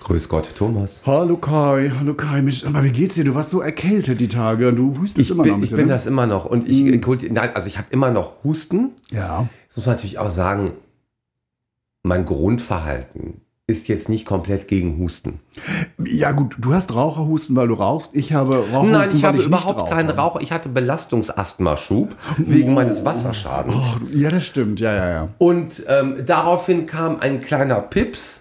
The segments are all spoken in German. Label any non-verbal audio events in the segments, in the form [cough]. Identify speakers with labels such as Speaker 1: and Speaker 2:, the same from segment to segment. Speaker 1: Grüß Gott, Thomas.
Speaker 2: Hallo Kai, hallo Kai. Mensch, aber wie geht's dir? Du warst so erkältet die Tage. Du hustest
Speaker 1: Ich
Speaker 2: immer noch Hm.
Speaker 1: bin,
Speaker 2: ein
Speaker 1: ich
Speaker 2: bisschen,
Speaker 1: bin
Speaker 2: ne?
Speaker 1: das immer noch. Und ich, äh, kulti- nein, also ich habe immer noch Husten.
Speaker 2: Ja.
Speaker 1: Das muss man natürlich auch sagen, mein Grundverhalten ist jetzt nicht komplett gegen Husten.
Speaker 2: Ja gut, du hast Raucherhusten, weil du rauchst. Ich habe Raucherhusten,
Speaker 1: Nein, ich
Speaker 2: weil
Speaker 1: habe
Speaker 2: ich
Speaker 1: überhaupt
Speaker 2: nicht rauche.
Speaker 1: keinen Rauch. Ich hatte Belastungsasthmaschub wegen meines Wasserschadens.
Speaker 2: Oh, du- ja, das stimmt. Ja, ja, ja.
Speaker 1: Und ähm, daraufhin kam ein kleiner Pips.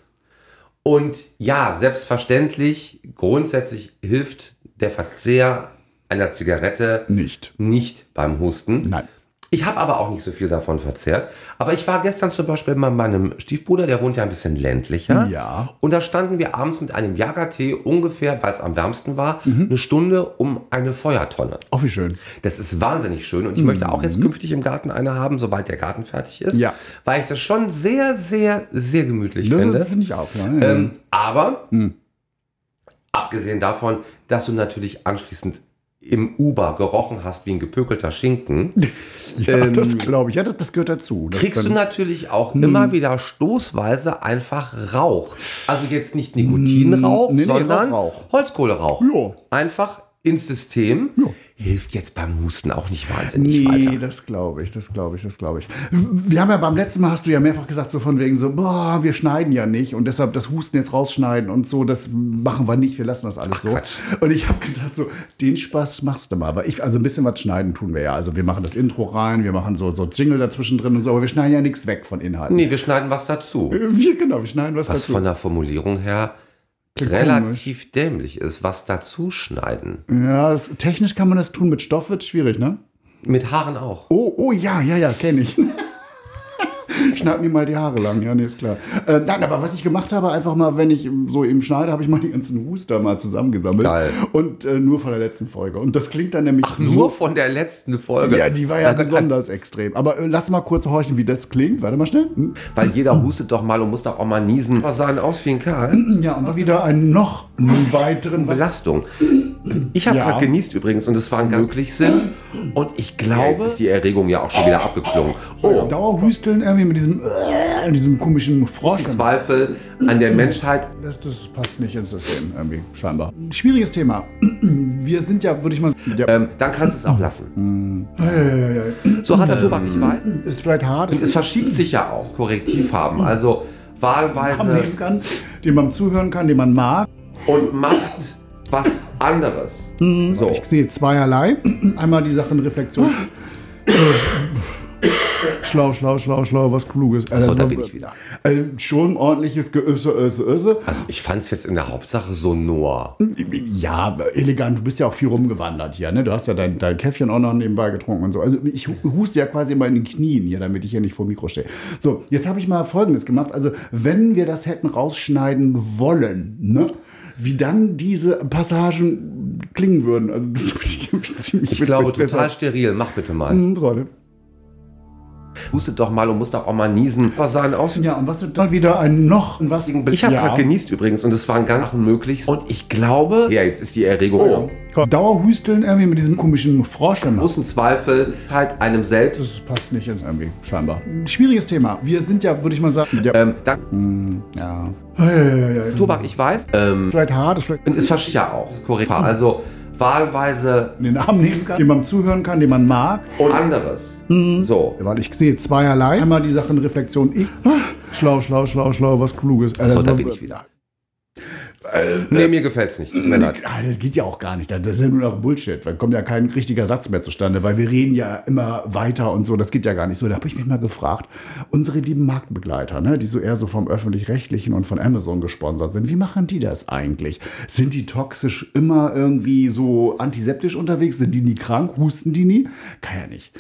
Speaker 1: Und ja, selbstverständlich, grundsätzlich hilft der Verzehr einer Zigarette
Speaker 2: Nicht.
Speaker 1: nicht beim Husten.
Speaker 2: Nein.
Speaker 1: Ich habe aber auch nicht so viel davon verzehrt. Aber ich war gestern zum Beispiel bei meinem Stiefbruder, der wohnt ja ein bisschen ländlicher.
Speaker 2: Ja.
Speaker 1: Und da standen wir abends mit einem Jagertee ungefähr, weil es am wärmsten war,
Speaker 2: Mhm.
Speaker 1: eine Stunde um eine Feuertonne.
Speaker 2: Oh, wie schön.
Speaker 1: Das ist wahnsinnig schön und ich möchte auch jetzt künftig im Garten eine haben, sobald der Garten fertig ist,
Speaker 2: Mhm. Ja.
Speaker 1: weil ich das schon sehr, sehr, sehr gemütlich
Speaker 2: Das
Speaker 1: finde.
Speaker 2: finde find ich auch. ne? Ja, ja.
Speaker 1: Ähm, aber
Speaker 2: Mhm.
Speaker 1: abgesehen davon, dass du natürlich anschließend im Uber gerochen hast wie ein gepökelter Schinken, ähm,
Speaker 2: [laughs] ja, das glaube ich. Ja, das, das gehört dazu. Das Hm.
Speaker 1: kriegst du
Speaker 2: dann-
Speaker 1: natürlich auch immer wieder stoßweise einfach Rauch. Also jetzt nicht Nikotinrauch,
Speaker 2: Hm, Nee, nee,
Speaker 1: sondern
Speaker 2: Rauchrauch.
Speaker 1: Holzkohlerauch.
Speaker 2: Ja.
Speaker 1: Einfach ins System.
Speaker 2: Ja.
Speaker 1: Hilft jetzt beim Husten auch nicht wahnsinnig
Speaker 2: Nee,
Speaker 1: weiter.
Speaker 2: das glaube ich, das glaube ich, das glaube ich. Wir haben ja beim letzten Mal, hast du ja mehrfach gesagt, so von wegen so, boah, wir schneiden ja nicht und deshalb das Husten jetzt rausschneiden und so, das machen wir nicht, wir lassen das alles so.
Speaker 1: Quatsch.
Speaker 2: Und ich habe gedacht so, den Spaß machst du mal. Aber ich, also ein bisschen was schneiden tun wir ja. Also wir machen das Intro rein, wir machen so, so Jingle dazwischen drin und so, aber wir schneiden ja nichts weg von Inhalten.
Speaker 1: Nee, wir schneiden was dazu.
Speaker 2: Wir, genau, wir schneiden was,
Speaker 1: Was
Speaker 2: dazu.
Speaker 1: von der Formulierung her
Speaker 2: Klingt
Speaker 1: relativ dämlich ist. Was dazu schneiden.
Speaker 2: ja, das, technisch kann man das tun, mit Stoff wird schwierig, ne?
Speaker 1: Mit Haaren auch.
Speaker 2: Oh, oh ja, ja, ja, kenne ich. [laughs] Schneid mir mal die Haare lang, ja, nee, ist klar. Äh, nein, aber was ich gemacht habe, einfach mal, wenn ich so eben schneide, habe ich mal die ganzen Huster mal zusammengesammelt.
Speaker 1: Geil.
Speaker 2: Und äh, nur von der letzten Folge. Und das klingt dann nämlich
Speaker 1: Nur von der letzten
Speaker 2: so.
Speaker 1: Folge.
Speaker 2: Ja, die war ja
Speaker 1: Dann-
Speaker 2: besonders extrem. Aber äh, lass mal kurz horchen, wie das klingt. Warte mal schnell. Hm.
Speaker 1: Weil jeder hustet doch mal und muss doch auch mal niesen. Was sahen aus wie ein Karl?
Speaker 2: Ja, und was wieder einen noch weiteren. Was
Speaker 1: Belastung. Ich habe
Speaker 2: Ja.
Speaker 1: gerade genießt übrigens und es war ein Möglichsinn. Und ich glaube. jetzt ist die Erregung ja auch schon wieder abgeklungen. Oh,
Speaker 2: Dauerhüsteln irgendwie mit diesem, äh, diesem komischen Frosch.
Speaker 1: Zweifel an der Menschheit.
Speaker 2: Das, das passt nicht ins System, irgendwie, scheinbar. Schwieriges Thema. Wir sind ja, würde ich mal sagen, ja,
Speaker 1: Ähm, dann kannst du es auch lassen. So hat der Tobak, ich weiß.
Speaker 2: Äh, ist vielleicht hart.
Speaker 1: Es verschiebt sich ja auch Korrektivfarben. Also wahlweise.
Speaker 2: nehmen kann, den man zuhören kann, den man mag.
Speaker 1: und macht was anderes. So.
Speaker 2: Ich sehe zweierlei. Einmal die Sachen Reflexion. schlau, schlau, schlau, schlau, was Kluges. Äh,
Speaker 1: So, da bin ich wieder.
Speaker 2: Äh, schon ordentliches Geöse, Öse, Öse.
Speaker 1: Also ich fand es jetzt in der Hauptsache sonor.
Speaker 2: Ja, elegant. Du bist ja auch viel rumgewandert hier, ne? Du hast ja dein, dein Käffchen auch noch nebenbei getrunken und so. Also ich hu- huste ja quasi immer in den Knien hier, damit ich hier nicht vor dem Mikro stehe. So, jetzt habe ich mal Folgendes gemacht. Also, wenn wir das hätten rausschneiden wollen, ne? Wie dann diese Passagen klingen würden. Also, das finde ich ziemlich
Speaker 1: Ich glaube, Mhm.
Speaker 2: witzig.
Speaker 1: total steril. Mach bitte mal.
Speaker 2: Hm, Leute.
Speaker 1: Hustet doch mal und musst doch auch mal niesen. Was sahen aus?
Speaker 2: Ja, und was wird dann wieder ein noch und was?
Speaker 1: Ich habe
Speaker 2: ja.
Speaker 1: gerade genießt übrigens und es war ein ganz möglichst. Und ich glaube, ja, jetzt ist die Erregung. Oh.
Speaker 2: Dauerhüsteln irgendwie mit diesem komischen Frosch im
Speaker 1: Großen Zweifel halt einem selbst.
Speaker 2: Das passt nicht ins irgendwie, scheinbar. Schwieriges Thema. Wir sind ja, würde ich mal sagen, der,
Speaker 1: Ähm, das
Speaker 2: ja. Hey,
Speaker 1: Tobak, ich weiß. Ähm,
Speaker 2: vielleicht hart, ist vielleicht
Speaker 1: und es verschiebt ja auch
Speaker 2: Mhm.
Speaker 1: korrekt. Also wahlweise
Speaker 2: in den Arm nehmen kann, den man zuhören kann, den man mag.
Speaker 1: und anderes.
Speaker 2: Mhm.
Speaker 1: So.
Speaker 2: Weil ich sehe zweierlei. Einmal die Sachen Reflexion, ich. Schlau, schlau, schlau, schlau, was Kluges. Äh,
Speaker 1: Ah. So, da bin ich wieder. Nee, mir gefällt's nicht. Tut mir leid.
Speaker 2: Ah, Das geht ja auch gar nicht. Das ist ja nur noch Bullshit. Da kommt ja kein richtiger Satz mehr zustande, weil wir reden ja immer weiter und so. Das geht ja gar nicht so. Da habe ich mich mal gefragt, unsere lieben Marktbegleiter, ne, die so eher so vom Öffentlich-Rechtlichen und von Amazon gesponsert sind, wie machen die das eigentlich? Sind die toxisch immer irgendwie so antiseptisch unterwegs? Sind die nie krank? Husten die nie? Kann ja nicht.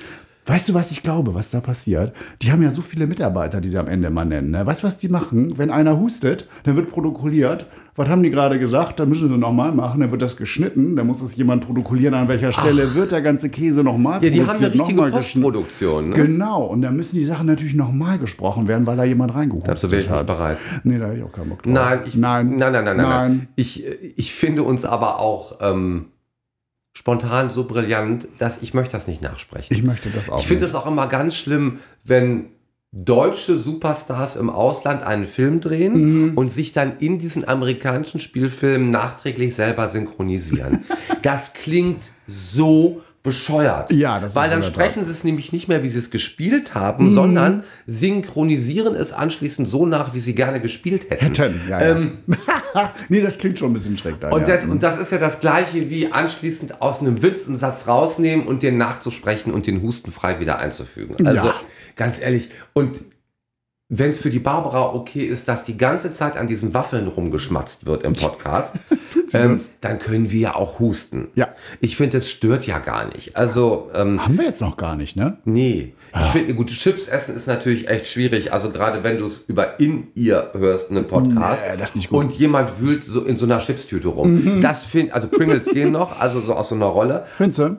Speaker 2: Weißt du, was ich glaube, was da passiert? Die haben ja so viele Mitarbeiter, die sie am Ende mal nennen. Ne? Weißt du, was die machen? Wenn einer hustet, dann wird protokolliert. Was haben die gerade gesagt? Dann müssen sie nochmal machen. Dann wird das geschnitten. Dann muss es jemand protokollieren, an welcher Stelle wird der ganze Käse nochmal
Speaker 1: Ja, die haben eine
Speaker 2: produziert,
Speaker 1: richtige
Speaker 2: nochmal geschnitten.
Speaker 1: Postproduktion. Ne?
Speaker 2: Genau. Und dann müssen die Sachen natürlich nochmal gesprochen werden, weil da jemand reingehustet
Speaker 1: Dazu wäre ich nicht
Speaker 2: hat.
Speaker 1: bereit.
Speaker 2: Nee, da habe ich auch keinen Bock drauf.
Speaker 1: Nein, ich,
Speaker 2: nein,
Speaker 1: nein, nein, nein, nein,
Speaker 2: nein.
Speaker 1: nein. Ich, äh, ich finde uns aber auch ähm, spontan so brillant, dass ich möchte das nicht nachsprechen.
Speaker 2: Ich möchte das auch
Speaker 1: Ich finde
Speaker 2: nicht.
Speaker 1: es auch immer ganz schlimm, wenn deutsche Superstars im Ausland einen Film
Speaker 2: Mhm.
Speaker 1: drehen und sich dann in diesen amerikanischen Spielfilmen nachträglich selber
Speaker 2: [laughs]
Speaker 1: synchronisieren. das klingt so bescheuert.
Speaker 2: Ja, das ist
Speaker 1: Weil
Speaker 2: in
Speaker 1: dann
Speaker 2: der Tat. Mhm.
Speaker 1: sprechen sie es nämlich nicht mehr, wie sie es gespielt haben, sondern synchronisieren es anschließend so nach, wie sie gerne gespielt hätten. Ähm,
Speaker 2: Hätten, ja, ja. nee, das klingt schon ein bisschen schräg. da,
Speaker 1: Und,
Speaker 2: ja.
Speaker 1: das, und das ist ja das gleiche wie anschließend aus einem Witz einen Satz rausnehmen und den nachzusprechen und den hustenfrei wieder einzufügen. Also
Speaker 2: Ja.
Speaker 1: ganz ehrlich. Und wenn es für die Barbara okay ist, dass die ganze Zeit an diesen Waffeln rumgeschmatzt wird im
Speaker 2: [laughs]
Speaker 1: Podcast, ähm, dann können wir ja auch husten.
Speaker 2: Ja.
Speaker 1: Ich finde, es stört ja gar nicht. Also ähm,
Speaker 2: Haben wir jetzt noch gar nicht, ne?
Speaker 1: Nee, ich finde, gute Chips essen ist natürlich echt schwierig. Also gerade wenn du es über in ihr hörst, einen Podcast.
Speaker 2: Nee, das ist nicht gut. Mhm.
Speaker 1: Und jemand wühlt so in so einer Chipstüte rum. Das finde also Pringles gehen noch, also so aus so einer Rolle.
Speaker 2: Findest du?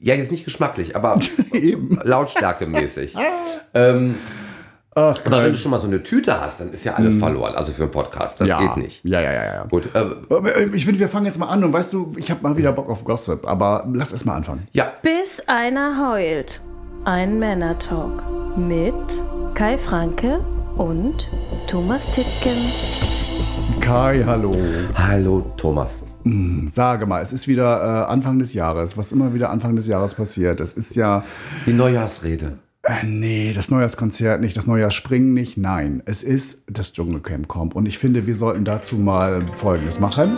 Speaker 1: Ja, jetzt nicht geschmacklich, aber
Speaker 2: [laughs] Eben. [laughs]
Speaker 1: lautstärkemäßig. ähm,
Speaker 2: Ach,
Speaker 1: aber wenn du schon mal so eine Tüte hast, dann ist ja alles verloren. Also für einen Podcast, das
Speaker 2: Mhm. ja.
Speaker 1: geht nicht.
Speaker 2: Ja, ja, ja, ja.
Speaker 1: Gut, äh,
Speaker 2: Aber, äh, Ich finde, wir fangen jetzt mal an und weißt du, ich habe mal wieder Bock auf Gossip, aber lass erst mal anfangen.
Speaker 1: ja,
Speaker 3: Bis einer heult. Ein Männertalk mit Kai Franke und Thomas Tittgen.
Speaker 2: Kai, hallo.
Speaker 1: hallo Thomas.
Speaker 2: Sage mal, es ist wieder äh, Anfang des Jahres, was immer wieder Anfang des Jahres passiert. Es ist ja,
Speaker 1: Die Neujahrsrede.
Speaker 2: äh, nee, das Neujahrskonzert nicht, das Neujahrsspringen nicht, nein. Es ist das Dschungelcamp kommt und ich finde, wir sollten dazu mal Folgendes machen.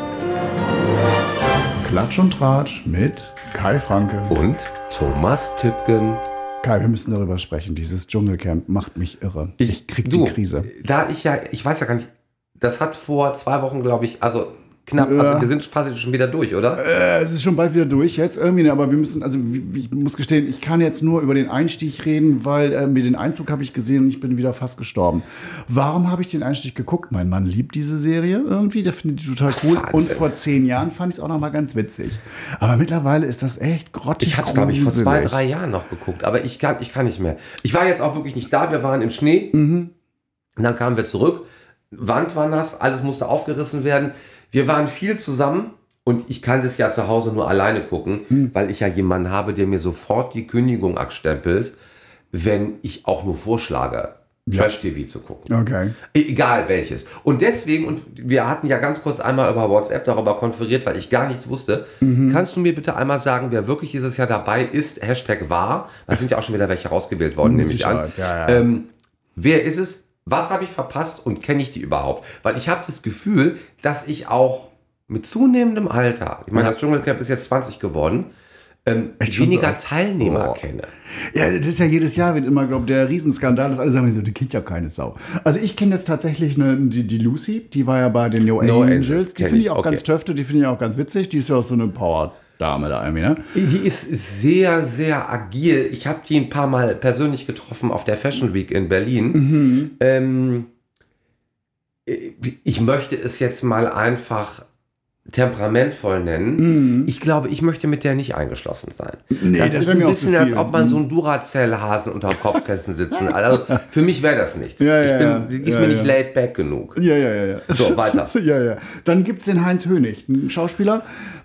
Speaker 2: Klatsch und Tratsch mit Kai Franke.
Speaker 1: Und Thomas Tipken.
Speaker 2: Kai, wir müssen darüber sprechen. Dieses Dschungelcamp macht mich irre. Ich, krieg
Speaker 1: Du,
Speaker 2: die Krise.
Speaker 1: Da ich ja, ich weiß ja gar nicht, das hat vor zwei Wochen, glaube ich, also knapp,
Speaker 2: Ja.
Speaker 1: also wir sind fast schon wieder durch, oder?
Speaker 2: Äh, es ist schon bald wieder durch jetzt irgendwie, ne, aber wir müssen, also wie- wie- ich muss gestehen, ich kann jetzt nur über den Einstieg reden, weil äh, mir den Einzug habe ich gesehen und ich bin wieder fast gestorben. Warum habe ich den Einstieg geguckt? Mein Mann liebt diese Serie irgendwie, der findet die total cool.
Speaker 1: Wahnsinn.
Speaker 2: Und vor zehn Jahren fand ich es auch noch mal ganz witzig. Aber mittlerweile ist das echt grottig.
Speaker 1: Ich habe es, glaube ich, vor zwei,
Speaker 2: gruselig.
Speaker 1: drei Jahren noch geguckt, aber ich kann, ich kann nicht mehr. Ich war jetzt auch wirklich nicht da, wir waren im Schnee
Speaker 2: Mhm.
Speaker 1: und dann kamen wir zurück, Wand war nass, alles musste aufgerissen werden. Wir waren viel zusammen und ich kann das ja zu Hause nur alleine gucken,
Speaker 2: Hm.
Speaker 1: weil ich ja jemanden habe, der mir sofort die Kündigung abstempelt, wenn ich auch nur vorschlage, Trash-TV zu gucken.
Speaker 2: Okay.
Speaker 1: Egal welches. Und deswegen, und wir hatten ja ganz kurz einmal über WhatsApp darüber konferiert, weil ich gar nichts wusste.
Speaker 2: Mhm.
Speaker 1: Kannst du mir bitte einmal sagen, wer wirklich dieses Jahr dabei ist? Hashtag war. Da sind ja auch schon wieder welche rausgewählt worden, nehme ich an.
Speaker 2: Sicherheit, ja, ja.
Speaker 1: Ähm, wer ist es? Was habe ich verpasst und kenne ich die überhaupt? Weil ich habe das Gefühl, dass ich auch mit zunehmendem Alter, ich meine, das Dschungelcamp ist jetzt 20 geworden, ähm,
Speaker 2: Echt schon
Speaker 1: weniger
Speaker 2: so alt?
Speaker 1: Teilnehmer
Speaker 2: Boah.
Speaker 1: kenne.
Speaker 2: Ja, das ist ja jedes Jahr wird immer, glaube der Riesenskandal, dass alle sagen, die kennt ja keine Sau. Also ich kenne jetzt tatsächlich eine, die, die Lucy, die war ja bei den No,
Speaker 1: No
Speaker 2: Angels.
Speaker 1: Angels,
Speaker 2: Die
Speaker 1: kenn
Speaker 2: finde ich
Speaker 1: ich,
Speaker 2: auch
Speaker 1: okay.
Speaker 2: ganz töfte, die finde ich auch ganz witzig. Die ist ja auch so eine Power-Dame da irgendwie, ne?
Speaker 1: Die ist sehr, sehr agil. Ich habe die ein paar Mal persönlich getroffen auf der Fashion Week in Berlin.
Speaker 2: Mhm.
Speaker 1: Ähm, äh, ich möchte es jetzt mal einfach temperamentvoll nennen. Ich glaube, ich möchte mit der nicht eingeschlossen sein.
Speaker 2: Mhm. Nee,
Speaker 1: das,
Speaker 2: das
Speaker 1: ist
Speaker 2: wär
Speaker 1: ein
Speaker 2: mir auch zu
Speaker 1: bisschen, als
Speaker 2: viel. Mhm.
Speaker 1: ob man so einen Duracell-Hasen unter dem Kopfkissen sitzen. Also für mich wäre das nichts.
Speaker 2: Ja, ja, ja.
Speaker 1: ich bin, ist
Speaker 2: Ja,
Speaker 1: mir
Speaker 2: ja.
Speaker 1: nicht laid back
Speaker 2: [laughs]
Speaker 1: genug.
Speaker 2: Ja, ja, ja, ja.
Speaker 1: So, weiter.
Speaker 2: ja, ja. Dann gibt es den Heinz Hönig, einen Schauspieler,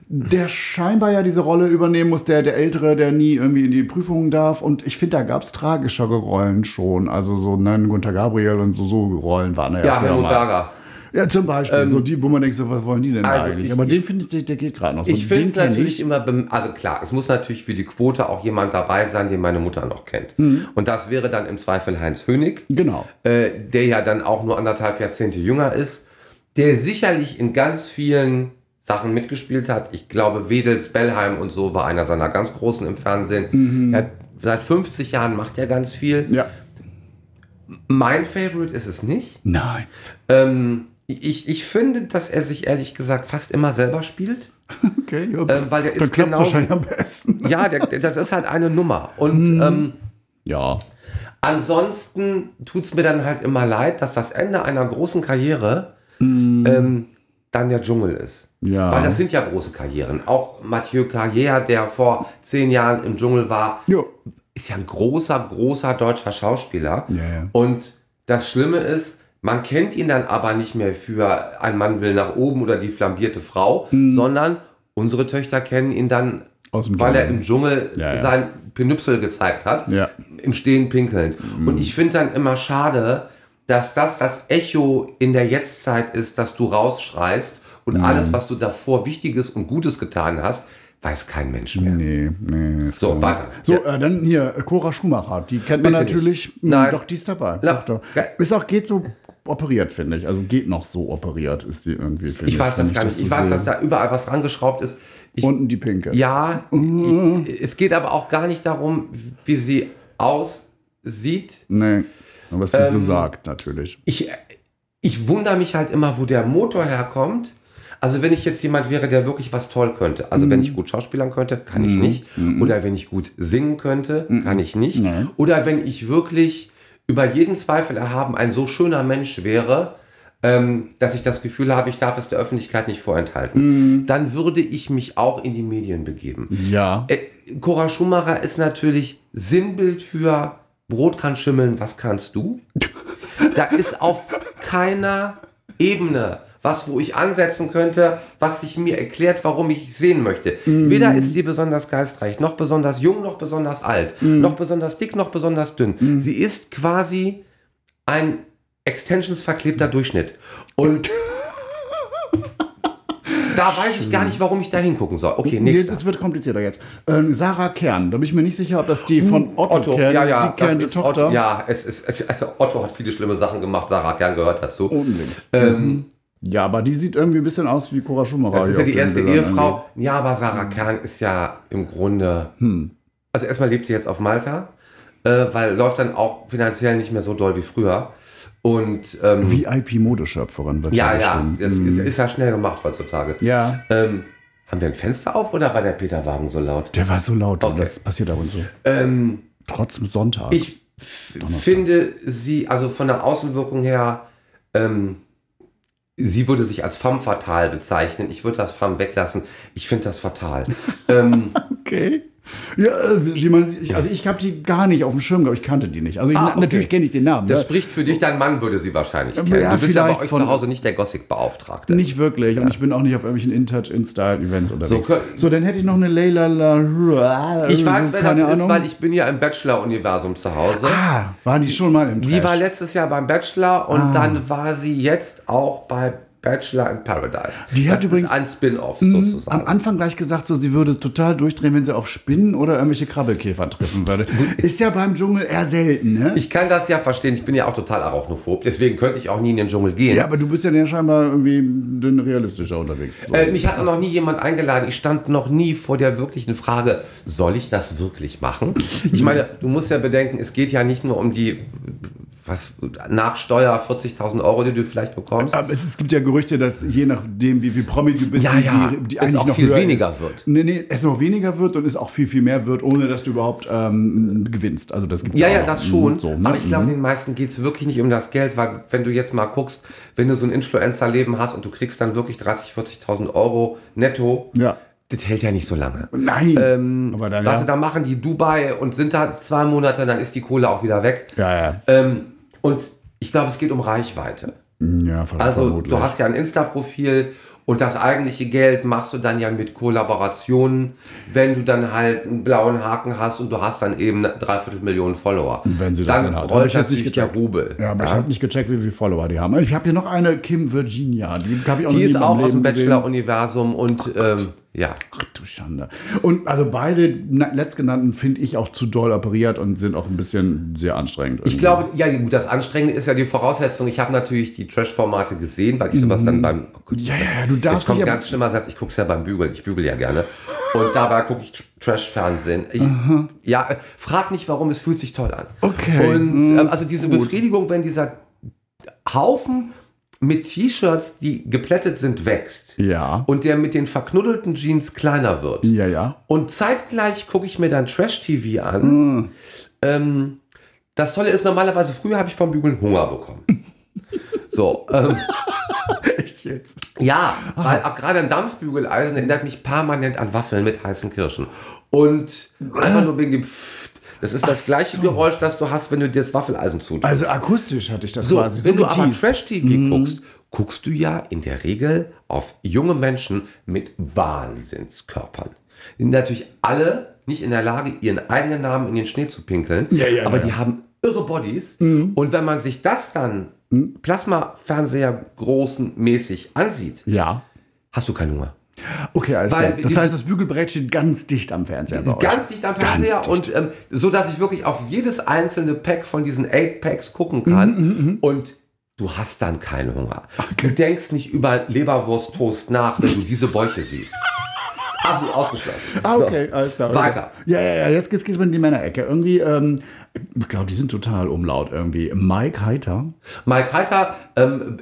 Speaker 2: der scheinbar ja diese Rolle übernehmen muss, der, der Ältere, der nie irgendwie in die Prüfungen darf. Und ich finde, da gab es tragischere Rollen schon. Also so, nein, Gunther Gabriel und so, so Rollen waren da
Speaker 1: Ja,
Speaker 2: früher
Speaker 1: Helmut
Speaker 2: mal.
Speaker 1: Berger.
Speaker 2: Ja, zum Beispiel, so die, wo man denkt, so, was wollen die denn
Speaker 1: Ähm, Also
Speaker 2: eigentlich?
Speaker 1: ich-
Speaker 2: Aber
Speaker 1: ich-
Speaker 2: den finde ich, der- der geht gerade noch. So,
Speaker 1: Ich finde
Speaker 2: den
Speaker 1: es
Speaker 2: kenn
Speaker 1: natürlich
Speaker 2: ich.
Speaker 1: immer, bem- also klar, es muss natürlich für die Quote auch jemand dabei sein, den meine Mutter noch kennt. Und das wäre dann im Zweifel Heinz Hönig,
Speaker 2: Genau.
Speaker 1: äh, der ja dann auch nur anderthalb Jahrzehnte jünger ist, der sicherlich in ganz vielen Sachen mitgespielt hat. Ich glaube, Wedels, Bellheim und so war einer seiner ganz großen im Fernsehen. Er hat, seit 50 Jahren macht er ganz viel.
Speaker 2: Ja.
Speaker 1: Mein Favorite ist es nicht.
Speaker 2: Nein. [laughs]
Speaker 1: Ähm, ich, ich finde, dass er sich ehrlich gesagt fast immer selber spielt.
Speaker 2: Okay. Ja,
Speaker 1: Ähm, weil der
Speaker 2: dann
Speaker 1: ist
Speaker 2: klappt
Speaker 1: genau-
Speaker 2: wahrscheinlich am besten.
Speaker 1: Ja, der, der- das ist halt eine Nummer. Und ähm,
Speaker 2: Ja.
Speaker 1: Ansonsten tut es mir dann halt immer leid, dass das Ende einer großen Karriere ähm, dann der Dschungel ist.
Speaker 2: Mm. Ja.
Speaker 1: Weil das sind ja große Karrieren. Auch Mathieu Carrière, der vor zehn Jahren im Dschungel war,
Speaker 2: Jo.
Speaker 1: ist ja ein großer, großer deutscher Schauspieler.
Speaker 2: Ja, ja.
Speaker 1: Und das Schlimme ist, man kennt ihn dann aber nicht mehr für
Speaker 2: Mm.
Speaker 1: Ein Mann will nach oben oder die flambierte Frau, sondern unsere Töchter kennen ihn dann
Speaker 2: Aus dem
Speaker 1: weil er
Speaker 2: Dschungel.
Speaker 1: im Dschungel
Speaker 2: Ja, ja.
Speaker 1: sein Penüpsel gezeigt hat,
Speaker 2: Ja.
Speaker 1: im Stehen pinkelnd. Und ich finde dann immer schade, dass das das Echo in der Jetztzeit ist, dass du rausschreist und alles, was du davor Wichtiges und Gutes getan hast, weiß kein Mensch mehr.
Speaker 2: Nee, nee. ist
Speaker 1: So,
Speaker 2: klar.
Speaker 1: warte.
Speaker 2: So,
Speaker 1: Ja.
Speaker 2: äh, dann hier, äh, Cora Schumacher. Die kennt man
Speaker 1: Bitte
Speaker 2: natürlich.
Speaker 1: nicht.
Speaker 2: Hm,
Speaker 1: Nein.
Speaker 2: Doch, die ist dabei.
Speaker 1: Ja.
Speaker 2: Doch, doch.
Speaker 1: Ja.
Speaker 2: Ist auch, geht so operiert, finde ich. Also geht noch so operiert, ist die irgendwie. finde
Speaker 1: Ich weiß
Speaker 2: wenn
Speaker 1: das gar nicht.
Speaker 2: so
Speaker 1: Ich weiß,
Speaker 2: sehe.
Speaker 1: dass da überall was dran geschraubt ist. Ich,
Speaker 2: Unten die Pinke.
Speaker 1: ja, ich, es geht aber auch gar nicht darum, wie sie aussieht.
Speaker 2: Nee. Was sie
Speaker 1: Ähm,
Speaker 2: so sagt, natürlich.
Speaker 1: ich, ich wundere mich halt immer, wo der Motor herkommt. Also wenn ich jetzt jemand wäre, der wirklich was toll könnte. Also wenn ich gut schauspielern könnte, kann ich nicht. Oder wenn ich gut singen könnte, kann ich nicht.
Speaker 2: Nein.
Speaker 1: Oder wenn ich wirklich über jeden Zweifel erhaben ein so schöner Mensch wäre, ähm, dass ich das Gefühl habe, ich darf es der Öffentlichkeit nicht vorenthalten. Dann würde ich mich auch in die Medien begeben.
Speaker 2: Ja.
Speaker 1: Äh, Cora Schumacher ist natürlich Sinnbild für Brot kann schimmeln, was kannst du? Da ist auf keiner Ebene was, wo ich ansetzen könnte, was sich mir erklärt, warum ich sehen möchte. Weder ist sie besonders geistreich, noch besonders jung, noch besonders alt, noch besonders dick, noch besonders dünn. Sie ist quasi ein Extensions verklebter Durchschnitt. Und da weiß ich gar nicht, warum ich da hingucken soll. Okay,
Speaker 2: Nee,
Speaker 1: nächster.
Speaker 2: es wird komplizierter jetzt. Ähm, Sarah Kern, da bin ich mir nicht sicher, ob das die von Otto,
Speaker 1: Hm, Otto,
Speaker 2: Kern,
Speaker 1: ja, ja,
Speaker 2: die Kern, die
Speaker 1: ist
Speaker 2: Tochter.
Speaker 1: Otto, ja, es ist, es, also Otto hat viele schlimme Sachen gemacht, Sarah Kern gehört dazu.
Speaker 2: Unbedingt.
Speaker 1: ähm,
Speaker 2: Mhm. Ja, aber die sieht irgendwie ein bisschen aus Oh, wie Cora Schumacher.
Speaker 1: das ist ja
Speaker 2: hier
Speaker 1: die
Speaker 2: auf
Speaker 1: erste
Speaker 2: den Bildern irgendwie.
Speaker 1: Ehefrau. Ja, aber
Speaker 2: Hm.
Speaker 1: Sarah Kern ist ja im Grunde, also erstmal lebt sie jetzt auf Malta, äh, weil läuft dann auch finanziell nicht mehr so doll wie früher. Und ähm,
Speaker 2: VIP-Modeschöpferin wird
Speaker 1: ja,
Speaker 2: hier
Speaker 1: ja,
Speaker 2: geschrieben.
Speaker 1: das ist, ist ja schnell gemacht heutzutage.
Speaker 2: Ja.
Speaker 1: Ähm, haben wir ein Fenster auf oder war der Peterwagen so laut?
Speaker 2: Der war so laut,
Speaker 1: Okay.
Speaker 2: und das passiert aber so.
Speaker 1: Ähm,
Speaker 2: Trotz Sonntag.
Speaker 1: Ich f- finde sie, also von der Außenwirkung her, ähm, sie würde sich als femme fatal bezeichnen. Ich würde das femme weglassen. Ich finde das
Speaker 2: [laughs]
Speaker 1: fatal. ähm,
Speaker 2: okay. Ja, äh, wie man, ich, also ich habe die gar nicht auf dem Schirm, glaube ich, kannte die nicht. Also ich,
Speaker 1: Ah, okay.
Speaker 2: natürlich kenne ich den Namen.
Speaker 1: das
Speaker 2: ne?
Speaker 1: spricht für dich, dein Mann würde sie wahrscheinlich
Speaker 2: Ja,
Speaker 1: kennen. du bist ja bei
Speaker 2: vielleicht
Speaker 1: euch
Speaker 2: von-
Speaker 1: zu Hause nicht der Gothic-Beauftragte.
Speaker 2: Nicht wirklich. Und ich bin auch nicht auf irgendwelchen InTouch, Insta-Events unterwegs.
Speaker 1: So, kö-
Speaker 2: So, dann hätte ich noch eine Leila La
Speaker 1: Ich weiß, wer das
Speaker 2: Äh, keine
Speaker 1: ist,
Speaker 2: Ahnung.
Speaker 1: weil ich bin ja im Bachelor-Universum zu Hause.
Speaker 2: Ah, waren die schon mal im Trash?
Speaker 1: Die war letztes Jahr beim Bachelor
Speaker 2: Ah.
Speaker 1: und dann war sie jetzt auch bei Bachelor in Paradise.
Speaker 2: Die hat
Speaker 1: das
Speaker 2: übrigens- Mhm.
Speaker 1: ist ein Spin-off
Speaker 2: am
Speaker 1: sozusagen.
Speaker 2: Anfang gleich gesagt, so sie würde total durchdrehen, wenn sie auf Spinnen oder irgendwelche Krabbelkäfer treffen
Speaker 1: [laughs]
Speaker 2: würde. Ist ja beim Dschungel eher selten, ne?
Speaker 1: Ich kann das ja verstehen, ich bin ja auch total arachnophob, deswegen könnte ich auch nie in den Dschungel gehen.
Speaker 2: ja, aber du bist ja dann scheinbar irgendwie dünn realistischer unterwegs. So.
Speaker 1: äh, mich hat auch noch nie jemand eingeladen. Ich stand noch nie vor der wirklichen Frage, soll ich das wirklich machen? Ich meine, du musst ja bedenken, es geht ja nicht nur um die, was, nach Steuer 40.000 Euro, die du vielleicht bekommst.
Speaker 2: Aber es, es gibt ja Gerüchte, dass je nachdem, wie viel Promi du bist,
Speaker 1: Ja,
Speaker 2: die-
Speaker 1: ja,
Speaker 2: die, die
Speaker 1: es
Speaker 2: eigentlich
Speaker 1: auch
Speaker 2: noch
Speaker 1: viel
Speaker 2: höher
Speaker 1: weniger
Speaker 2: ist.
Speaker 1: wird.
Speaker 2: Nee, nee, es noch weniger wird und es auch viel, viel mehr wird, ohne dass du überhaupt ähm, gewinnst. Also das gibt's
Speaker 1: Ja,
Speaker 2: auch
Speaker 1: ja,
Speaker 2: noch.
Speaker 1: das
Speaker 2: Mhm,
Speaker 1: schon.
Speaker 2: So, ne?
Speaker 1: Aber ich glaube,
Speaker 2: Mhm.
Speaker 1: den meisten geht es wirklich nicht um das Geld, weil wenn du jetzt mal guckst, wenn du so ein Influencer-Leben hast und du kriegst dann wirklich 30.000, 40.000 Euro netto,
Speaker 2: Ja.
Speaker 1: das hält ja nicht so lange.
Speaker 2: Nein. aber dann,
Speaker 1: Was
Speaker 2: ja.
Speaker 1: sie da machen, die Dubai und sind da zwei Monate, dann ist die Kohle auch wieder weg.
Speaker 2: ja, ja.
Speaker 1: Ähm, und ich glaube, es geht um Reichweite.
Speaker 2: Ja,
Speaker 1: Also
Speaker 2: vermutlich.
Speaker 1: du hast ja ein Insta-Profil und das eigentliche Geld machst du dann ja mit Kollaborationen, wenn du dann halt einen blauen Haken hast und du hast dann eben eine dreiviertel Millionen Follower.
Speaker 2: wenn sie das
Speaker 1: dann
Speaker 2: dann hat. Hab ich
Speaker 1: rollt
Speaker 2: jetzt nicht
Speaker 1: natürlich der
Speaker 2: gecheckt.
Speaker 1: Rubel.
Speaker 2: Ja, aber ich habe nicht gecheckt, wie viele Follower die haben. Ich habe hier noch eine Kim Virginia. Die habe ich auch noch
Speaker 1: Die
Speaker 2: nie in
Speaker 1: ist
Speaker 2: meinem
Speaker 1: auch aus dem
Speaker 2: Leben gesehen.
Speaker 1: Bachelor-Universum und ähm, ja.
Speaker 2: Ach du Schande. Und also beide na- letztgenannten finde ich auch zu doll operiert und sind auch ein bisschen sehr anstrengend.
Speaker 1: Ich glaube, ja gut, das Anstrengende ist ja die Voraussetzung. Ich habe natürlich die Trash-Formate gesehen, weil ich sowas
Speaker 2: Mhm.
Speaker 1: dann beim... Oh Gott,
Speaker 2: Ja, ja, ja, du
Speaker 1: Jetzt
Speaker 2: darfst
Speaker 1: kommt
Speaker 2: dich
Speaker 1: ein
Speaker 2: aber-
Speaker 1: ganz schlimmer Satz, ich gucke es ja beim Bügeln, ich bügel ja gerne. Und dabei gucke ich Tr- Trash-Fernsehen. Ich- Ja, äh, frag nicht warum, es fühlt sich toll an.
Speaker 2: Okay.
Speaker 1: Und
Speaker 2: Mm,
Speaker 1: ähm,
Speaker 2: ist
Speaker 1: also diese
Speaker 2: gut.
Speaker 1: Befriedigung, wenn dieser Haufen mit T-Shirts, die geplättet sind, wächst.
Speaker 2: Ja.
Speaker 1: Und der mit den verknuddelten Jeans kleiner wird.
Speaker 2: Ja, ja.
Speaker 1: Und zeitgleich gucke ich mir dann Trash-TV
Speaker 2: Hm.
Speaker 1: an. Ähm, das Tolle ist, normalerweise früher habe ich vom Bügeln Hunger
Speaker 2: [laughs]
Speaker 1: bekommen. so, ähm,
Speaker 2: Echt jetzt?
Speaker 1: ja,
Speaker 2: Ah.
Speaker 1: weil auch gerade ein Dampfbügeleisen erinnert mich permanent an Waffeln mit heißen Kirschen. Und einfach nur wegen dem Pfft. Das ist das
Speaker 2: Ach
Speaker 1: gleiche
Speaker 2: so.
Speaker 1: Geräusch, das du hast, wenn du dir das Waffeleisen zutust.
Speaker 2: Also akustisch hatte ich das
Speaker 1: so,
Speaker 2: quasi.
Speaker 1: wenn du aber
Speaker 2: geteased. Mhm.
Speaker 1: Trash-TV guckst, guckst du ja in der Regel auf junge Menschen mit Wahnsinnskörpern. sind natürlich alle nicht in der Lage, ihren eigenen Namen in den Schnee zu pinkeln.
Speaker 2: Ja, ja,
Speaker 1: aber
Speaker 2: ja, Mhm.
Speaker 1: die
Speaker 2: ja.
Speaker 1: haben irre Bodies. Und wenn man sich das dann
Speaker 2: Mhm.
Speaker 1: Plasma-Fernseher großen mäßig ansieht,
Speaker 2: Ja.
Speaker 1: hast du keinen Hunger.
Speaker 2: Okay, alles
Speaker 1: Weil
Speaker 2: klar. Das
Speaker 1: die-
Speaker 2: heißt, das Bügelbrett steht ganz dicht am Fernseher. bei euch.
Speaker 1: Ganz dicht am Fernseher
Speaker 2: dicht.
Speaker 1: und ähm, so, dass ich wirklich auf jedes einzelne Pack von diesen Eight Packs gucken kann
Speaker 2: Mhm,
Speaker 1: und du hast dann keinen Hunger. Du denkst nicht über Leberwursttoast nach, wenn du diese Bäuche siehst. Ist Absolut ausgeschlossen.
Speaker 2: Ah,
Speaker 1: So.
Speaker 2: okay, alles klar.
Speaker 1: Weiter.
Speaker 2: Ja, ja, ja, jetzt geht's, geht's mal in die Männerecke. Irgendwie, ähm, ich glaube, die sind total umlaut irgendwie. Mike Heiter.
Speaker 1: Mike Heiter, ähm,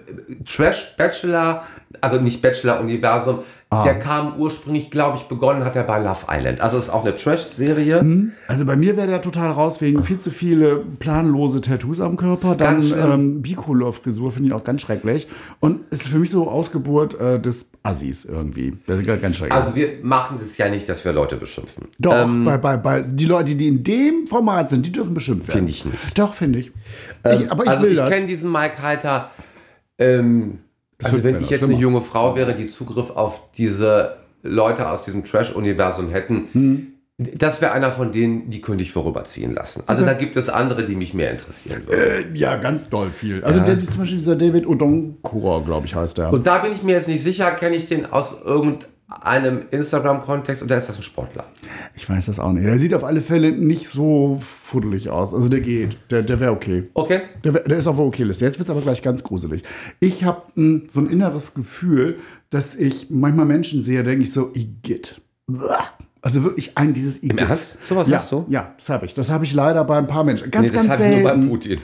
Speaker 1: Trash Bachelor, also nicht Bachelor Universum,
Speaker 2: Ah.
Speaker 1: der kam ursprünglich, glaube ich, begonnen hat er bei Love Island. Also ist auch eine Trash-Serie.
Speaker 2: Also bei mir wäre der total raus wegen viel zu viele planlose Tattoos am Körper. Dann
Speaker 1: Ganz schlimm.
Speaker 2: ähm, Bicolor-Frisur finde ich auch ganz schrecklich. Und ist für mich so Ausgeburt äh, des Assis irgendwie. Das ist ganz schrecklich.
Speaker 1: Also wir machen das ja nicht, dass wir Leute beschimpfen.
Speaker 2: Doch,
Speaker 1: Ähm,
Speaker 2: bei, bei, bei, die Leute, die in dem Format sind, die dürfen beschimpft werden.
Speaker 1: Finde ich nicht.
Speaker 2: Doch, finde ich. ich. Aber ich
Speaker 1: also
Speaker 2: will
Speaker 1: ich
Speaker 2: das.
Speaker 1: kenne diesen Mike Heiter. Ähm, also
Speaker 2: wird
Speaker 1: wenn
Speaker 2: mir
Speaker 1: ich
Speaker 2: noch
Speaker 1: jetzt
Speaker 2: schlimmer.
Speaker 1: eine junge Frau wäre, die Zugriff auf diese Leute aus diesem Trash-Universum hätten,
Speaker 2: Hm.
Speaker 1: das wäre einer von denen, die könnte ich vorüberziehen lassen. Also da gibt es andere, die mich mehr interessieren würden.
Speaker 2: Äh, ja, ganz doll viel. Also der, zum Beispiel dieser David Odonkor, glaube ich, heißt der.
Speaker 1: Und da bin ich mir jetzt nicht sicher, kenne ich den aus irgendeinem Instagram-Kontext oder ist das ein Sportler?
Speaker 2: Ich weiß das auch nicht. Der sieht auf alle Fälle nicht so fuddelig aus. Also der geht. Der, der wäre okay.
Speaker 1: Okay.
Speaker 2: Der, wär- der ist auf der Okay-Liste. Jetzt wird es aber gleich ganz gruselig. Ich habe so ein inneres Gefühl, dass ich manchmal Menschen sehe, denke ich so, Igitt. Uah. Also wirklich ein dieses Igitt.
Speaker 1: Ernst? Sowas
Speaker 2: ja,
Speaker 1: hast du?
Speaker 2: Ja, das habe ich. Das habe ich leider bei ein paar Menschen. Ganz,
Speaker 1: Nee, das
Speaker 2: ganz
Speaker 1: habe ich
Speaker 2: selten.
Speaker 1: nur bei Putin.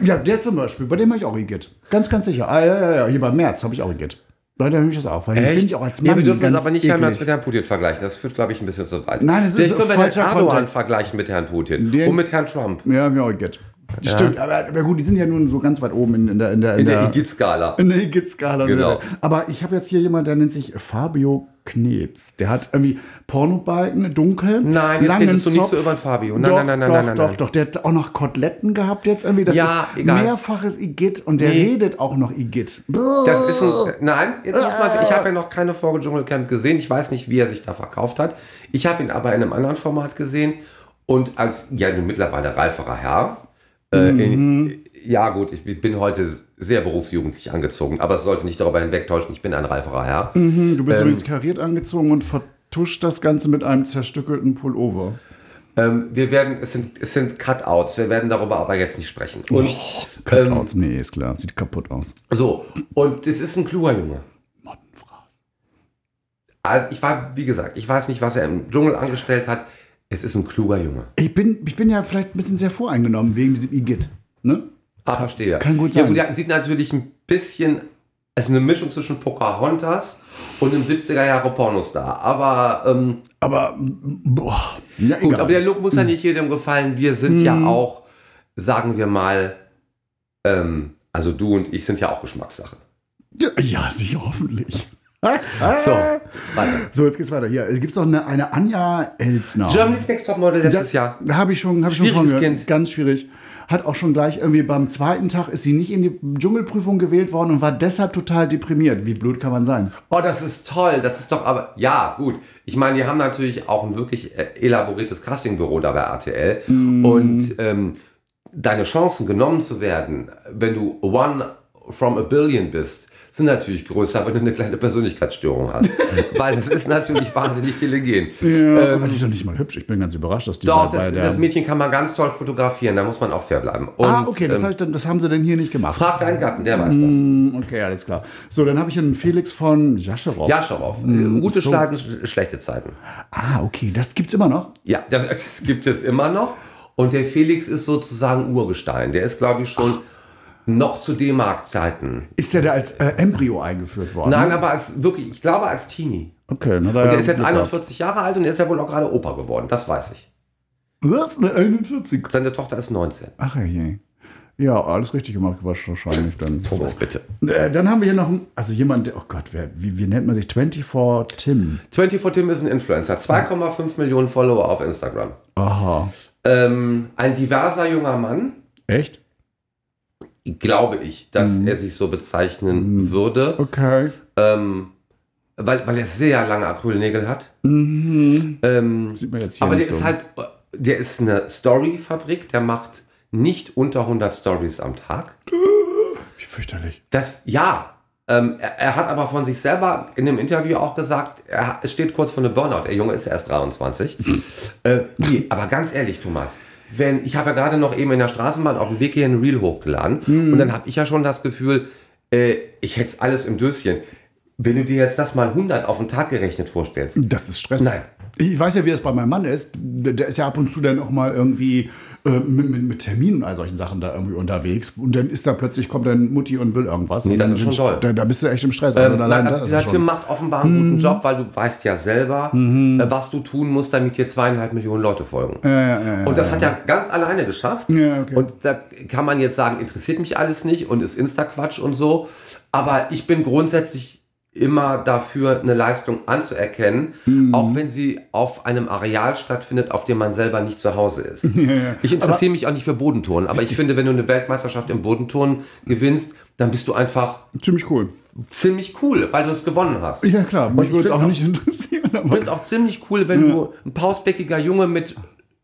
Speaker 2: Ja, der zum Beispiel, bei dem habe ich auch Igitt. Ganz, ganz sicher. Ah, ja, ja, ja, hier bei März habe ich auch Igitt. Leute, habe ich das auch. Weil den finde ich auch als Mann
Speaker 1: nee, wir dürfen
Speaker 2: ganz
Speaker 1: das aber nicht
Speaker 2: eklig.
Speaker 1: Herrn Merz mit Herrn Putin vergleichen. Das führt, glaube ich, ein bisschen zu weit.
Speaker 2: Nein, es ist
Speaker 1: Vielleicht können wir Herrn
Speaker 2: falscher
Speaker 1: Erdogan
Speaker 2: Kontext.
Speaker 1: vergleichen mit Herrn Putin
Speaker 2: Den-
Speaker 1: und mit Herrn Trump.
Speaker 2: Ja, mir auch Igitt. Stimmt, aber, aber gut, die sind ja nun so ganz weit oben in, in der in der,
Speaker 1: In der Igitt-Skala.
Speaker 2: In der Igitt-Skala.
Speaker 1: Genau.
Speaker 2: Aber ich habe jetzt hier jemanden, der nennt sich Fabio Knetz. Der hat irgendwie Pornobalken, dunkel.
Speaker 1: Nein, jetzt
Speaker 2: langen
Speaker 1: redest du nicht
Speaker 2: Zopf.
Speaker 1: so über den Fabio. Nein,
Speaker 2: doch,
Speaker 1: nein, nein, nein,
Speaker 2: doch,
Speaker 1: nein, nein,
Speaker 2: Doch,
Speaker 1: nein.
Speaker 2: doch, der hat auch noch Koteletten gehabt jetzt irgendwie. Das
Speaker 1: Ja,
Speaker 2: ist
Speaker 1: egal.
Speaker 2: mehrfaches Igitt und der
Speaker 1: Nee.
Speaker 2: redet auch noch Igitt.
Speaker 1: Das ist ein, äh, nein, jetzt muss man, ich habe ja noch keine Folge Dschungelcamp gesehen. Ich weiß nicht, wie er sich da verkauft hat. Ich habe ihn aber in einem anderen Format gesehen und als ja nun mittlerweile reiferer Herr. Äh, in, ja gut, ich bin heute sehr berufsjugendlich angezogen, aber es sollte nicht darüber hinwegtäuschen, ich bin ein reiferer Herr.
Speaker 2: Hm, Du bist
Speaker 1: ähm,
Speaker 2: übrigens kariert angezogen und vertuscht das Ganze mit einem zerstückelten Pullover.
Speaker 1: Ähm, wir werden, es sind, es sind Cutouts, wir werden darüber aber jetzt nicht sprechen. Und, ähm,
Speaker 2: Cutouts, nee, ist klar. Sieht kaputt aus.
Speaker 1: so, und es ist ein kluger Junge.
Speaker 2: Moddenfraß.
Speaker 1: Also ich war, wie gesagt, ich weiß nicht, was er im Dschungel angestellt hat. Es ist ein kluger Junge.
Speaker 2: Ich bin, ich bin ja vielleicht ein bisschen sehr voreingenommen wegen diesem Igitt. Ne?
Speaker 1: Ah, verstehe.
Speaker 2: kann gut
Speaker 1: Ja,
Speaker 2: sein.
Speaker 1: gut, er sieht natürlich ein bisschen, also eine Mischung zwischen Pocahontas und einem 70er Jahre Pornostar. Aber, ähm,
Speaker 2: Aber, boah. Ja,
Speaker 1: gut,
Speaker 2: egal. Hm.
Speaker 1: aber der Look muss ja nicht jedem gefallen. Wir sind ja auch, sagen wir mal, ähm, also du und ich sind ja auch Geschmackssache.
Speaker 2: ja, sicher, hoffentlich.
Speaker 1: So, weiter.
Speaker 2: So, jetzt geht's weiter. Hier gibt es noch eine, eine Anja Elsner.
Speaker 1: Germany's Next Topmodel letztes Jahr.
Speaker 2: Habe ich schon, hab ich schon
Speaker 1: Schwieriges
Speaker 2: von gehört.
Speaker 1: Kind.
Speaker 2: Ganz schwierig. Hat auch schon gleich irgendwie beim zweiten Tag ist sie nicht in die Dschungelprüfung gewählt worden und war deshalb total deprimiert. Wie blöd kann man sein?
Speaker 1: Oh, das ist toll. Das ist doch aber. Ja, gut. Ich meine, die haben natürlich auch ein wirklich äh, elaboriertes Castingbüro da bei RTL.
Speaker 2: Mhm.
Speaker 1: Und ähm, deine Chancen genommen zu werden, wenn du one from a billion bist, sind natürlich größer, wenn du eine kleine Persönlichkeitsstörung
Speaker 2: [laughs]
Speaker 1: hast. Weil das ist natürlich wahnsinnig telegen.
Speaker 2: Ja, aber die ist doch nicht mal hübsch. Ich bin ganz überrascht, dass die
Speaker 1: Ähm, Doch,
Speaker 2: bei, bei
Speaker 1: das,
Speaker 2: der.
Speaker 1: das Mädchen kann man ganz toll fotografieren. Da muss man auch fair bleiben. Und,
Speaker 2: ah, okay, das,
Speaker 1: ähm,
Speaker 2: hab ich dann, das haben sie denn hier nicht gemacht.
Speaker 1: Frag deinen Gatten, der weiß das.
Speaker 2: Hm, Okay, alles klar. So, dann habe ich einen Felix von Jascherow.
Speaker 1: Jaschorow.
Speaker 2: Mm,
Speaker 1: Gute
Speaker 2: so.
Speaker 1: Zeiten, sch- schlechte Zeiten.
Speaker 2: Ah, okay, das gibt's immer noch.
Speaker 1: Ja, das, das gibt es immer noch. Und der Felix ist sozusagen Urgestein. Der ist, glaube ich, schon noch zu D-Mark-Zeiten.
Speaker 2: Ist ja da als äh, Embryo eingeführt worden.
Speaker 1: Nein, aber als, wirklich, ich glaube als Teenie.
Speaker 2: Okay, na,
Speaker 1: Und der ist jetzt 41 Jahre alt und er ist ja wohl auch gerade Opa geworden. Das weiß ich.
Speaker 2: 41.
Speaker 1: Seine Tochter ist 19.
Speaker 2: Ach je. Ja, alles richtig gemacht, wahrscheinlich dann.
Speaker 1: Thomas, bitte.
Speaker 2: Äh, dann haben wir hier noch, einen- also jemand, der- oh Gott, wer, wie, wie nennt man sich? 24 Tim.
Speaker 1: 24 Tim ist ein Influencer. 2,5 Millionen Follower auf Instagram.
Speaker 2: Aha.
Speaker 1: Ähm, ein diverser junger Mann,
Speaker 2: Echt?
Speaker 1: Mhm. glaube ich, dass er sich so bezeichnen würde.
Speaker 2: Okay.
Speaker 1: Ähm, weil, weil er sehr lange Acrylnägel hat. Ähm,
Speaker 2: Das Mhm. sieht man jetzt hier
Speaker 1: aber der
Speaker 2: nicht
Speaker 1: ist
Speaker 2: so. ne?
Speaker 1: halt, der ist eine Story-Fabrik, der macht nicht unter 100 Stories am Tag.
Speaker 2: Wie fürchterlich.
Speaker 1: Das, ja, ähm, er, er hat aber von sich selber in dem Interview auch gesagt, er ha- es steht kurz vor einem Burnout. Der Junge ist ja erst 23. äh, nee, aber ganz ehrlich, Thomas, wenn, ich habe ja gerade noch eben in der Straßenbahn auf dem Weg hier ein Reel hochgeladen und dann habe ich ja schon das Gefühl, äh, ich hätte alles im Döschen. Wenn du dir jetzt das mal 100 auf den Tag gerechnet vorstellst,
Speaker 2: Das ist Stress.
Speaker 1: Nein.
Speaker 2: Ich weiß ja, wie es bei meinem Mann ist. Der ist ja ab und zu dann auch mal irgendwie äh, mit, mit, mit Terminen und all solchen Sachen da irgendwie unterwegs. Und dann ist da plötzlich, kommt dann Mutti und will irgendwas.
Speaker 1: Nee, das
Speaker 2: Und
Speaker 1: ist
Speaker 2: dann-
Speaker 1: schon toll.
Speaker 2: Da, da bist du echt im Stress.
Speaker 1: Ähm,
Speaker 2: allein
Speaker 1: nein,
Speaker 2: das
Speaker 1: also
Speaker 2: ist
Speaker 1: dieser
Speaker 2: schon- Mhm.
Speaker 1: Tim macht offenbar einen guten Job, weil du weißt ja selber, äh, was du tun musst, damit dir zweieinhalb Millionen Leute folgen. und das hat er ganz alleine geschafft.
Speaker 2: Ja, okay.
Speaker 1: Und da kann man jetzt sagen, interessiert mich alles nicht und ist Insta-Quatsch und so. Aber ich bin grundsätzlich immer dafür, eine Leistung anzuerkennen,
Speaker 2: Mhm.
Speaker 1: auch wenn sie auf einem Areal stattfindet, auf dem man selber nicht zu Hause ist.
Speaker 2: [laughs]
Speaker 1: Ich interessiere mich auch nicht für Bodenturnen, aber ich finde, wenn du eine Weltmeisterschaft im Bodenturnen gewinnst, dann bist du einfach
Speaker 2: Ziemlich cool.
Speaker 1: ziemlich cool, weil du es gewonnen hast.
Speaker 2: Ja, klar.
Speaker 1: Und
Speaker 2: Mich
Speaker 1: ich
Speaker 2: würde es
Speaker 1: find's
Speaker 2: auch
Speaker 1: auch-
Speaker 2: nicht [laughs] interessieren.
Speaker 1: Ich
Speaker 2: Aber
Speaker 1: finde es auch ziemlich cool, wenn du ein pausbäckiger Junge mit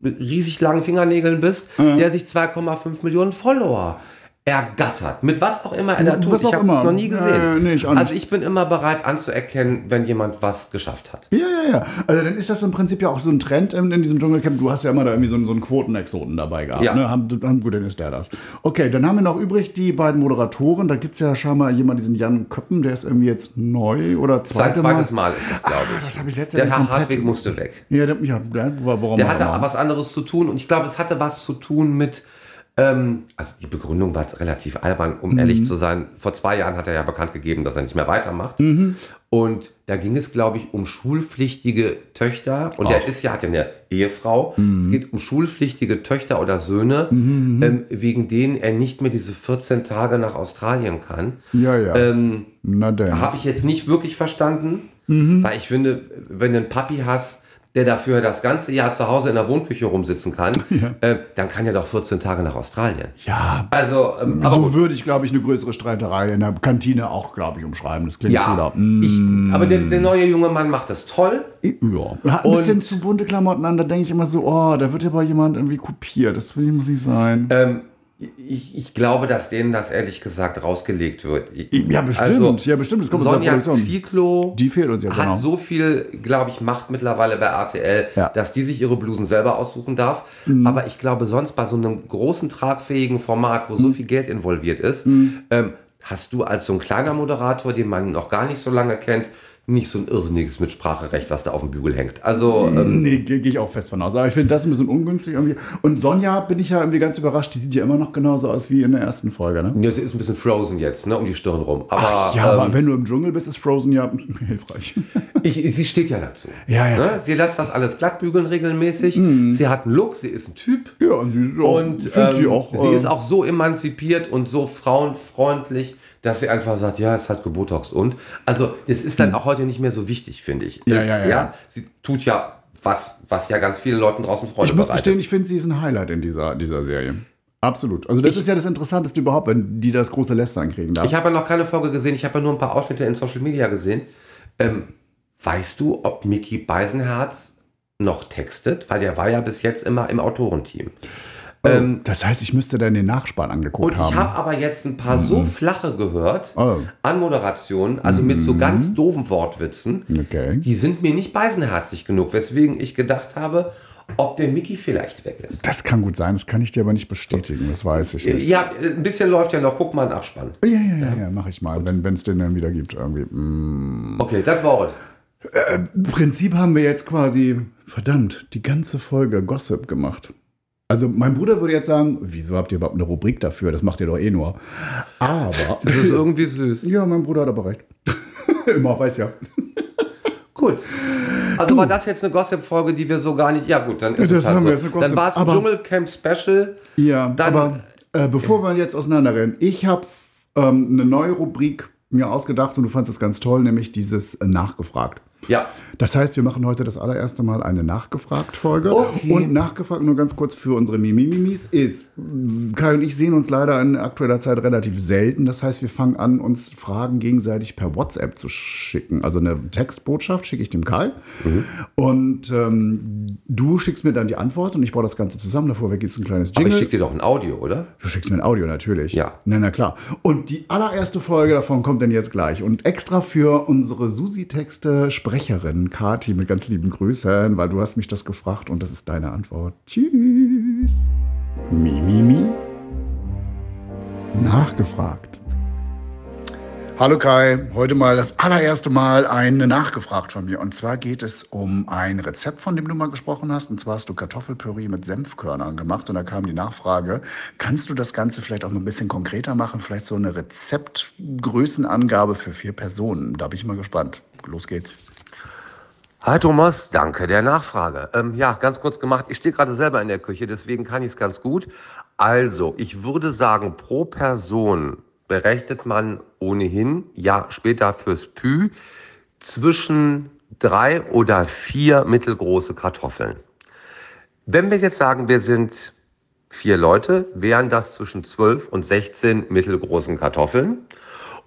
Speaker 1: riesig langen Fingernägeln bist, der sich 2,5 Millionen Follower ergattert. Mit was auch immer er da
Speaker 2: Was
Speaker 1: tut.
Speaker 2: auch
Speaker 1: Ich habe
Speaker 2: immer.
Speaker 1: es noch nie
Speaker 2: Ja,
Speaker 1: gesehen.
Speaker 2: ja, nee, ich auch nicht.
Speaker 1: also ich bin immer bereit anzuerkennen, wenn jemand was geschafft hat.
Speaker 2: Ja, ja, ja. Also dann ist das im Prinzip ja auch so ein Trend in, in diesem Dschungelcamp. Du hast ja immer da irgendwie so einen, so einen Quotenexoten dabei gehabt.
Speaker 1: Ja.
Speaker 2: Ne? Haben, haben, gut, dann ist der das. Okay, dann haben wir noch übrig die beiden Moderatoren. Da gibt es ja scheinbar jemanden, diesen Jan Köppen, der ist irgendwie jetzt neu oder
Speaker 1: Sein
Speaker 2: zweite
Speaker 1: zweites
Speaker 2: Mal. Ah,
Speaker 1: Mal ist es, glaube ich.
Speaker 2: das habe ich letztes
Speaker 1: der
Speaker 2: Jahr
Speaker 1: Herr
Speaker 2: komplett-
Speaker 1: Hartwig musste weg.
Speaker 2: Ja, der, ja, der, warum
Speaker 1: Der
Speaker 2: auch
Speaker 1: hatte
Speaker 2: immer.
Speaker 1: was anderes zu tun und ich glaube, es hatte was zu tun mit, ähm, also die Begründung war jetzt relativ albern, um ehrlich zu sein. Vor zwei Jahren hat er ja bekannt gegeben, dass er nicht mehr weitermacht. Und da ging es, glaube ich, um schulpflichtige Töchter. Und er ist ja, hat ja eine Ehefrau. Es geht um schulpflichtige Töchter oder Söhne, ähm, wegen denen er nicht mehr diese 14 Tage nach Australien kann.
Speaker 2: Ja, ja.
Speaker 1: Ähm,
Speaker 2: Na denn.
Speaker 1: habe ich jetzt nicht wirklich verstanden,
Speaker 2: Mhm.
Speaker 1: weil ich finde, wenn du einen Papi hast, der dafür das ganze Jahr zu Hause in der Wohnküche rumsitzen
Speaker 2: [laughs]
Speaker 1: kann, äh, dann kann er doch 14 Tage nach Australien.
Speaker 2: Ja,
Speaker 1: Also, ähm, aber
Speaker 2: so
Speaker 1: gut.
Speaker 2: würde ich, glaube ich, eine größere Streiterei in der Kantine auch, glaube ich, umschreiben. Das klingt
Speaker 1: ja,
Speaker 2: cooler. Mm,
Speaker 1: ich, aber der, der neue junge Mann macht das toll.
Speaker 2: ja. Hat ein
Speaker 1: Und-
Speaker 2: bisschen zu bunte Klamotten an, da denke ich immer so, oh, da wird ja bei jemand irgendwie kopiert. Das will- muss nicht sein.
Speaker 1: Ähm, ich, ich glaube, dass denen das ehrlich gesagt rausgelegt wird. Also,
Speaker 2: Ja, bestimmt. ja, bestimmt. Das kommt aus der
Speaker 1: Sonja
Speaker 2: Produktion.
Speaker 1: Zietlow
Speaker 2: Die fehlt uns ja
Speaker 1: hat
Speaker 2: genau.
Speaker 1: so viel, glaube ich, Macht mittlerweile bei RTL,
Speaker 2: Ja. Mhm.
Speaker 1: dass die sich ihre Blusen selber aussuchen darf. Aber ich glaube, sonst bei so einem großen, tragfähigen Format, wo so
Speaker 2: Mhm.
Speaker 1: viel Geld involviert ist, ähm, hast du als so ein kleiner Moderator, den man noch gar nicht so lange kennt, nicht so ein irrsinniges Mitspracherecht, was da auf dem Bügel hängt. Also, ähm,
Speaker 2: nee, gehe geh ich auch fest von aus. Aber ich finde das ein bisschen ungünstig irgendwie. Und Sonja bin ich ja irgendwie ganz überrascht. Die sieht ja immer noch genauso aus wie in der ersten Folge, ne?
Speaker 1: ja, sie ist ein bisschen frozen jetzt, ne, um die Stirn rum. Aber,
Speaker 2: Ja,
Speaker 1: ähm,
Speaker 2: aber wenn du im Dschungel bist, ist Frozen ja [laughs] hilfreich.
Speaker 1: Ich, sie steht ja dazu.
Speaker 2: Ja, ja.
Speaker 1: Ne? Sie lässt das alles glatt bügeln regelmäßig. Sie hat einen Look, sie ist ein Typ.
Speaker 2: ja, und sie ist auch,
Speaker 1: Und
Speaker 2: ich find
Speaker 1: ähm, sie,
Speaker 2: sie, auch, äh,
Speaker 1: ist auch so emanzipiert und so frauenfreundlich, dass sie einfach sagt, ja, es hat gebotoxt und. Also das ist dann auch heute nicht mehr so wichtig, finde ich.
Speaker 2: Mhm. Ja,
Speaker 1: Äh,
Speaker 2: ja, ja.
Speaker 1: Sie tut ja was, was ja ganz vielen Leuten draußen Freude
Speaker 2: Ich muss
Speaker 1: bereitet.
Speaker 2: gestehen, ich finde, sie ist ein Highlight in dieser, dieser Serie. Absolut. Also das ist ja das Interessanteste überhaupt, wenn die das große Lästern kriegen darf.
Speaker 1: Ich habe ja noch keine Folge gesehen, ich habe ja nur ein paar Ausschnitte in Social Media gesehen. Ähm, weißt du, ob Mickey Beisenherz noch textet? Weil der war ja bis jetzt immer im Autorenteam. Ähm,
Speaker 2: Oh, das heißt, ich müsste dann den Nachspann angeguckt
Speaker 1: Und
Speaker 2: haben. Mhm.
Speaker 1: ich habe aber jetzt ein paar so flache gehört
Speaker 2: Oh. Mhm.
Speaker 1: an Moderationen, also mit so ganz doofen Wortwitzen,
Speaker 2: Okay.
Speaker 1: die sind mir nicht beisenherzig genug, weswegen ich gedacht habe, ob der Mickey vielleicht weg ist.
Speaker 2: das kann gut sein, das kann ich dir aber nicht bestätigen, das weiß ich nicht.
Speaker 1: Ja, ein bisschen läuft ja noch, guck mal einen Abspann.
Speaker 2: Ja, ja, ja, ja, mach ich mal, wenn es den dann wieder gibt. Irgendwie. Mm.
Speaker 1: Okay, das war's.
Speaker 2: Im Prinzip haben wir jetzt quasi, verdammt, die ganze Folge Gossip gemacht. Also mein Bruder würde jetzt sagen, wieso habt ihr überhaupt eine Rubrik dafür? Das macht ihr doch eh nur. Aber,
Speaker 1: Das ist irgendwie süß.
Speaker 2: [laughs] ja, mein Bruder hat aber recht. [laughs] Immer, weiß ja.
Speaker 1: Gut. Also war das jetzt eine Gossip-Folge, die wir so gar nicht. Ja, gut, dann ist
Speaker 2: Das
Speaker 1: es halt
Speaker 2: haben
Speaker 1: so.
Speaker 2: wir jetzt eine
Speaker 1: dann war es ein
Speaker 2: Gossip- aber-
Speaker 1: Dschungelcamp-Special.
Speaker 2: Ja,
Speaker 1: Dann-
Speaker 2: aber äh, bevor wir jetzt auseinanderrennen, ich habe ähm, eine neue Rubrik mir ausgedacht und du fandest es ganz toll, nämlich dieses äh, Nachgefragt.
Speaker 1: Ja.
Speaker 2: Das heißt, wir machen heute das allererste Mal eine Nachgefragt-Folge.
Speaker 1: Okay.
Speaker 2: Und Nachgefragt, nur ganz kurz für unsere Mimimimis, ist, mh, Kai und ich sehen uns leider in aktueller Zeit relativ selten. Das heißt, wir fangen an, uns Fragen gegenseitig per WhatsApp zu schicken. Also eine Textbotschaft schicke ich dem Kai.
Speaker 1: Mhm.
Speaker 2: Und ähm, du schickst mir dann die Antwort und ich baue das Ganze zusammen. Davor gibt es ein kleines
Speaker 1: Aber
Speaker 2: Jingle.
Speaker 1: ich schicke dir doch ein Audio, oder?
Speaker 2: Du schickst mir ein Audio natürlich.
Speaker 1: Ja.
Speaker 2: Na, na klar. Und die allererste Folge davon kommt dann jetzt gleich. Und extra für unsere Susi-Texte-Sprecherin Kati mit ganz lieben Grüßen, weil du hast mich das gefragt und das ist deine Antwort. Tschüss. Mimimi. Nachgefragt. Hallo Kai, heute mal das allererste Mal eine Nachgefragt von mir. Und zwar geht es um ein Rezept, von dem du mal gesprochen hast. Und zwar hast du Kartoffelpüree mit Senfkörnern gemacht. Und da kam die Nachfrage, kannst du das Ganze vielleicht auch mal ein bisschen konkreter machen? Vielleicht so eine Rezeptgrößenangabe für vier Personen. Da bin ich mal gespannt. Los geht's.
Speaker 1: Hi Thomas, danke der Nachfrage. Ähm, ja, ganz kurz gemacht. Ich stehe gerade selber in der Küche, deswegen kann ich es ganz gut. Also, ich würde sagen, pro Person berechnet man ohnehin, ja, später fürs Pü, zwischen drei oder vier mittelgroße Kartoffeln. Wenn wir jetzt sagen, wir sind vier Leute, wären das zwischen 12 und 16 mittelgroßen Kartoffeln.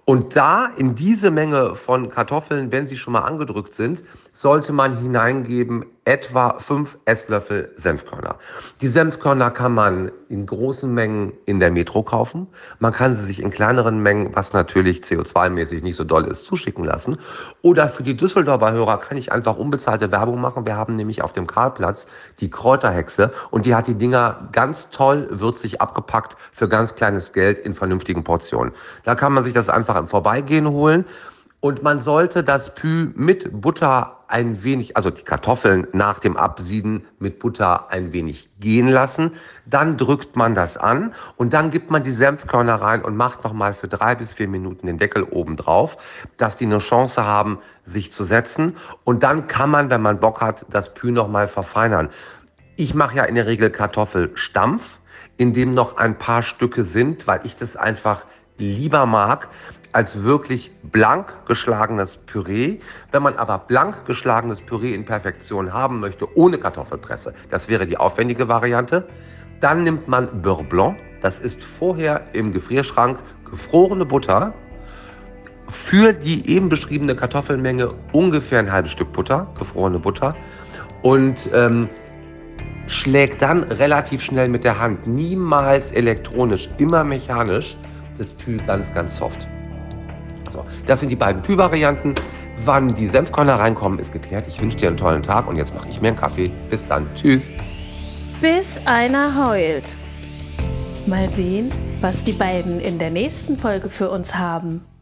Speaker 1: Und da in diese Menge von Kartoffeln, wenn sie schon mal angedrückt sind, sollte man hineingeben etwa fünf Esslöffel Senfkörner. Die Senfkörner kann man in großen Mengen in der Metro kaufen. Man kann sie sich in kleineren Mengen, was natürlich CO2-mäßig nicht so doll ist, zuschicken lassen. Oder für die Düsseldorfer Hörer kann ich einfach unbezahlte Werbung machen. Wir haben nämlich auf dem Karlplatz die Kräuterhexe und die hat die Dinger ganz toll würzig abgepackt für ganz kleines Geld in vernünftigen Portionen. Da kann man sich das einfach im Vorbeigehen holen. Und man sollte das Pü mit Butter ein wenig, also die Kartoffeln nach dem Absieden mit Butter ein wenig gehen lassen. Dann drückt man das an und dann gibt man die Senfkörner rein und macht nochmal für drei bis vier Minuten den Deckel oben drauf, dass die eine Chance haben, sich zu setzen. Und dann kann man, wenn man Bock hat, das Pü nochmal verfeinern. Ich mache ja in der Regel Kartoffelstampf, in dem noch ein paar Stücke sind, weil ich das einfach lieber mag als wirklich blank geschlagenes Püree. Wenn man aber blank geschlagenes Püree in Perfektion haben möchte, ohne Kartoffelpresse, das wäre die aufwendige Variante, dann nimmt man Beurre Blanc. Das ist vorher im Gefrierschrank gefrorene Butter, für die eben beschriebene Kartoffelmenge ungefähr ein halbes Stück Butter, gefrorene Butter. Und ähm, schlägt dann relativ schnell mit der Hand. Niemals elektronisch, immer mechanisch. Das Pü ganz, ganz soft. So, das sind die beiden Pü-Varianten. Wann die Senfkörner reinkommen, ist geklärt. Ich wünsche dir einen tollen Tag und jetzt mache ich mir einen Kaffee. Bis dann. Tschüss.
Speaker 3: bis einer heult. Mal sehen, was die beiden in der nächsten Folge für uns haben.